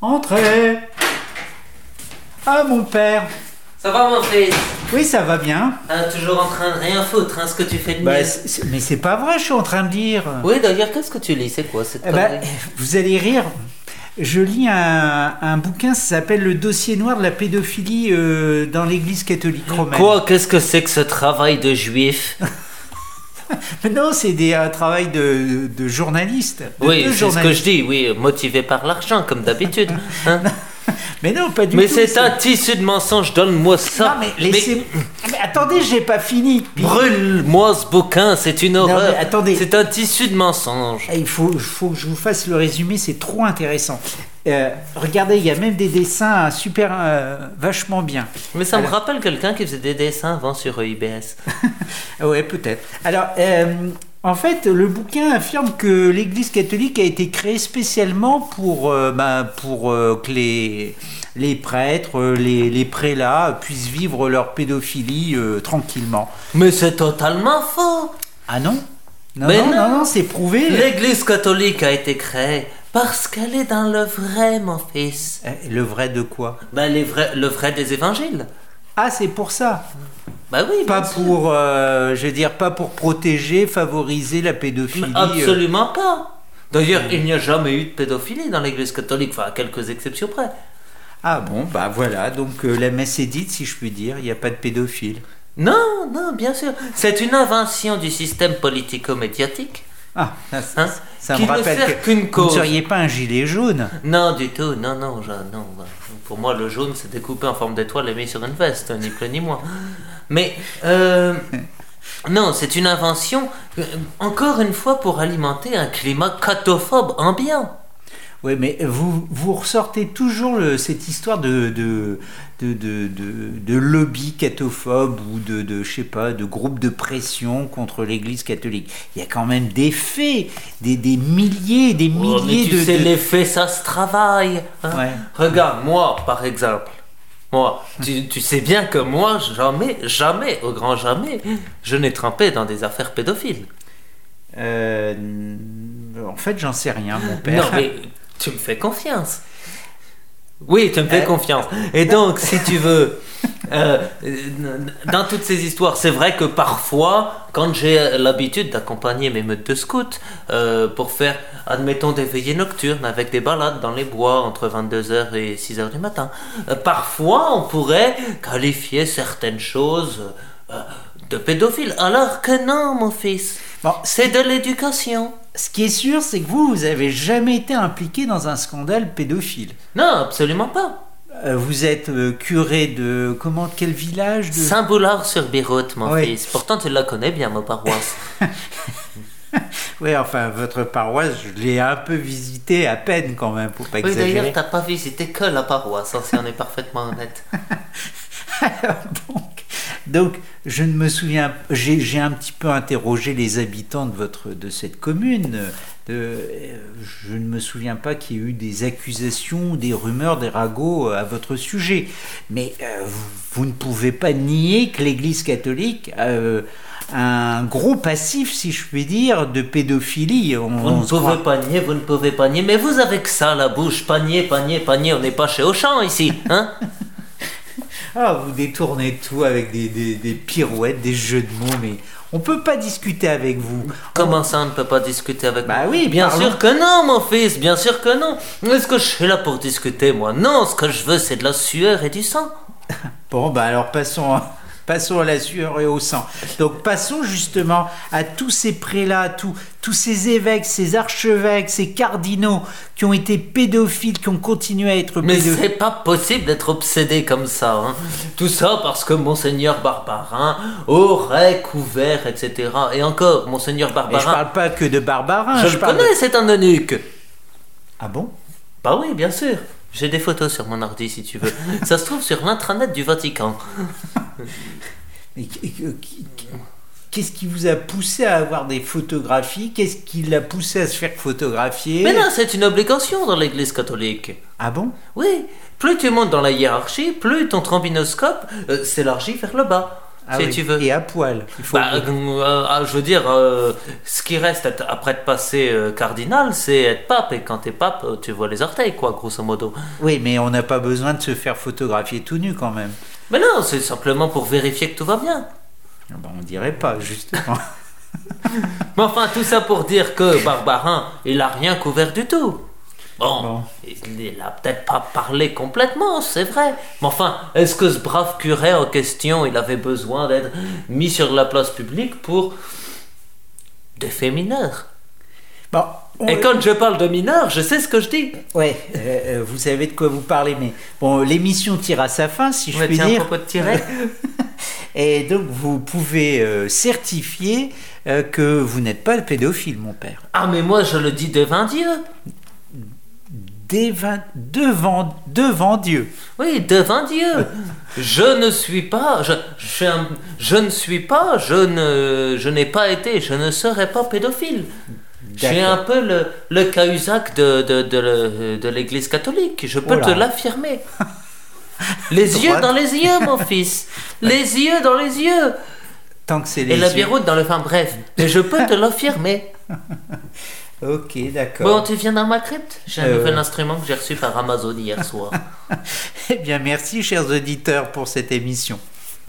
montrer à Ah, mon père. Ça va mon fils Oui, ça va bien. Hein, Toujours en train de rien foutre, hein, ce que tu fais de Bah, mieux. c'est- c'est- mais c'est pas vrai, je suis en train de dire. Oui, d'ailleurs, qu'est-ce que tu lis C'est quoi cette Eh ben, connerie vous allez rire. Je lis un, un bouquin, ça s'appelle Le dossier noir de la pédophilie euh, dans l'Église catholique romaine. Quoi Qu'est-ce que c'est que ce travail de juif Mais Non, c'est des- un travail de, de journaliste. de Oui, deux c'est ce que je journalistes. dis, oui, motivé par l'argent, comme d'habitude. hein. Mais non, pas du mais tout. c'est un tissu de mensonge, donne-moi ça. Non, mais laissez. Ah, Mais... attendez, j'ai pas fini. Puis- Brûle-moi ce bouquin, c'est une mais horreur. attendez. C'est un tissu de mensonge. Ah, Il faut, faut que je vous fasse le résumé, c'est trop intéressant. Euh, regardez, il y a même des dessins euh, super, euh, vachement bien. Mais ça me Alors- rappelle quelqu'un qui faisait des dessins avant sur E EIBS. Ouais, peut-être. Alors, euh, en fait, le bouquin affirme que l'Église catholique a été créée spécialement pour, euh, bah, pour euh, que les, les prêtres, euh, les, les prélats puissent vivre leur pédophilie euh, tranquillement. Mais c'est totalement faux. Ah non non, Mais non, non. non, non, c'est prouvé. L'Église catholique a été créée parce qu'elle est dans le vrai, mon fils. Euh, Le vrai de quoi Ben, les vrais- le vrai des évangiles. Ah, c'est pour ça. Ben oui, Pas bien sûr. pour, euh, je veux dire, pas pour protéger, favoriser la pédophilie. Mais euh. Absolument pas. D'ailleurs, il n'y a jamais eu de pédophilie dans l'Église catholique, enfin, à quelques exceptions près. Ah bon, bah voilà, donc euh, la messe est dite, si je puis dire, il n'y a pas de pédophile. Non, non, bien sûr. C'est une invention du système politico-médiatique. Ah, ça, ça- Hein ça Qui me ne rappelle sert que qu'une vous ne cause. seriez pas un gilet jaune. Non, du tout. Non, non, je- non. bah, Pour moi, le jaune, c'est découpé en forme d'étoile et mis sur une veste, euh, ni plus ni moins. Mais euh, non, c'est une invention, euh, encore une fois, pour alimenter un climat catophobe ambiant. Oui, mais vous, vous ressortez toujours le- cette histoire de, de, de, de, de- de lobby cathophobe ou de, de, je sais pas, de groupe de pression contre l'Église catholique. Il y a quand même des faits, des, des milliers, des Oh, mais milliers tu de... sais, de- les faits, ça se travaille. hein. Ouais. Regarde, moi, par exemple. Moi, tu, tu sais bien que moi, jamais, jamais, au grand jamais, je n'ai trempé dans des affaires pédophiles. Euh, en fait, j'en sais rien, mon père. Non, mais tu me fais confiance. Oui, tu me fais Euh. confiance. Et donc, si tu veux, euh, euh, dans toutes ces histoires, c'est vrai que parfois, quand j'ai l'habitude d'accompagner mes meutes de scouts euh, pour faire, admettons, des veillées nocturnes avec des balades dans les bois entre 22h et 6h du matin, euh, parfois on pourrait qualifier certaines choses euh, de pédophiles. Alors que non, mon fils, Bon, c'est de l'éducation. Ce qui est sûr, c'est que vous, vous avez jamais été impliqué dans un scandale pédophile. Non, absolument pas. Euh, vous êtes euh, curé de comment quel village de... Saint-Boulard sur Biroute, mon Oui. fils. Pourtant, tu la connais bien, ma paroisse. Oui, enfin votre paroisse, je l'ai un peu visité à peine quand même, pour pas oui, exagérer. d'ailleurs, t'as pas visité que la paroisse, hein, si on est parfaitement honnête. donc, donc, je ne me souviens, j'ai j'ai un petit peu interrogé les habitants de votre de cette commune. De, euh, je ne me souviens pas qu'il y ait eu des accusations, des rumeurs, des ragots euh, à votre sujet. Mais euh, vous, vous ne pouvez pas nier que l'Église catholique euh, a un gros passif, si je puis dire, de pédophilie. On, Vous on ne se pouvez croit- pas nier, vous ne pouvez pas nier, mais vous avez que ça à la bouche. Panier, panier, panier, on n'est pas chez Auchan ici, hein Ah, vous détournez tout avec des, des- des pirouettes, des jeux de mots, mais on peut pas discuter avec vous. Comment ça, on ne peut pas discuter avec Bah moi oui, bien parlons. sûr que non, mon fils, bien sûr que non. Est-ce que je suis là pour discuter, moi Non, ce que je veux, c'est de la sueur et du sang. Bon, bah alors passons, passons à la sueur et au sang. Donc passons justement à tous ces prélats, tous, tous ces évêques, ces archevêques, ces cardinaux qui ont été pédophiles, qui ont continué à être Mais pédophiles. c'est pas possible d'être obsédé comme ça. hein. Tout ça parce que Monseigneur Barbarin aurait couvert, etc. Et encore, Monseigneur Mais je Barbarin, parle pas que de Barbarin. je, le parle de- connais, c'est un eunuque. Ah bon Bah oui, bien sûr. J'ai des photos sur mon ordi si tu veux. ça se trouve sur l'intranet du Vatican. Mais qu- qu- qu- Qu'est-ce qui vous a poussé à avoir des photographies Qu'est-ce qui l'a poussé à se faire photographier Mais non, c'est une obligation dans l'Église catholique. Ah bon Oui, plus tu montes dans la hiérarchie, plus ton trombinoscope euh, s'élargit vers le bas. Ah si oui. tu veux. Et à poil. Il faut Bah, le dire. euh, euh, je veux dire, euh, ce qui reste at- après de passer euh, cardinal, c'est être pape. Et quand t'es pape, euh, tu vois les orteils, quoi, grosso modo. Oui, mais on n'a pas besoin de se faire photographier tout nu quand même. Mais non, c'est simplement pour vérifier que tout va bien. Ah bah, on dirait pas, justement. Mais enfin, tout ça pour dire que Barbarin, il a rien couvert du tout. Bon, Bon. il il a peut-être pas parlé complètement, c'est vrai. Mais enfin, est-ce que ce brave curé en question, il avait besoin d'être mis sur la place publique pour des faits mineurs Bon, on- Et quand je parle de mineurs, je sais ce que je dis. Ouais, euh, euh, vous savez de quoi vous parlez, mais bon, l'émission tire à sa fin, si je Ouais, puis tiens, à dire. propos de tirer. Et donc, vous pouvez euh, certifier euh, que vous n'êtes pas le pédophile, mon père. Ah, mais moi, je le dis devant Dieu. Des vingt- devant, devant Dieu. Oui, devant Dieu. Je ne suis pas, je, je, suis un- je ne suis pas, je ne, je n'ai pas été, je ne serai pas pédophile. J'ai un D'accord. peu le, le cahuzac de, de, de, le- de l'église catholique, je peux Oh là. te l'affirmer. Les yeux Droite. dans les yeux, mon fils. Les yeux dans les yeux. Tant que c'est les Et la yeux. biroute dans le vin, bref. Mais je peux te l'affirmer. Ok, d'accord. Bon, tu viens dans ma crypte J'ai un Euh. nouvel instrument que j'ai reçu par Amazon hier soir. Eh bien, merci, chers auditeurs, pour cette émission.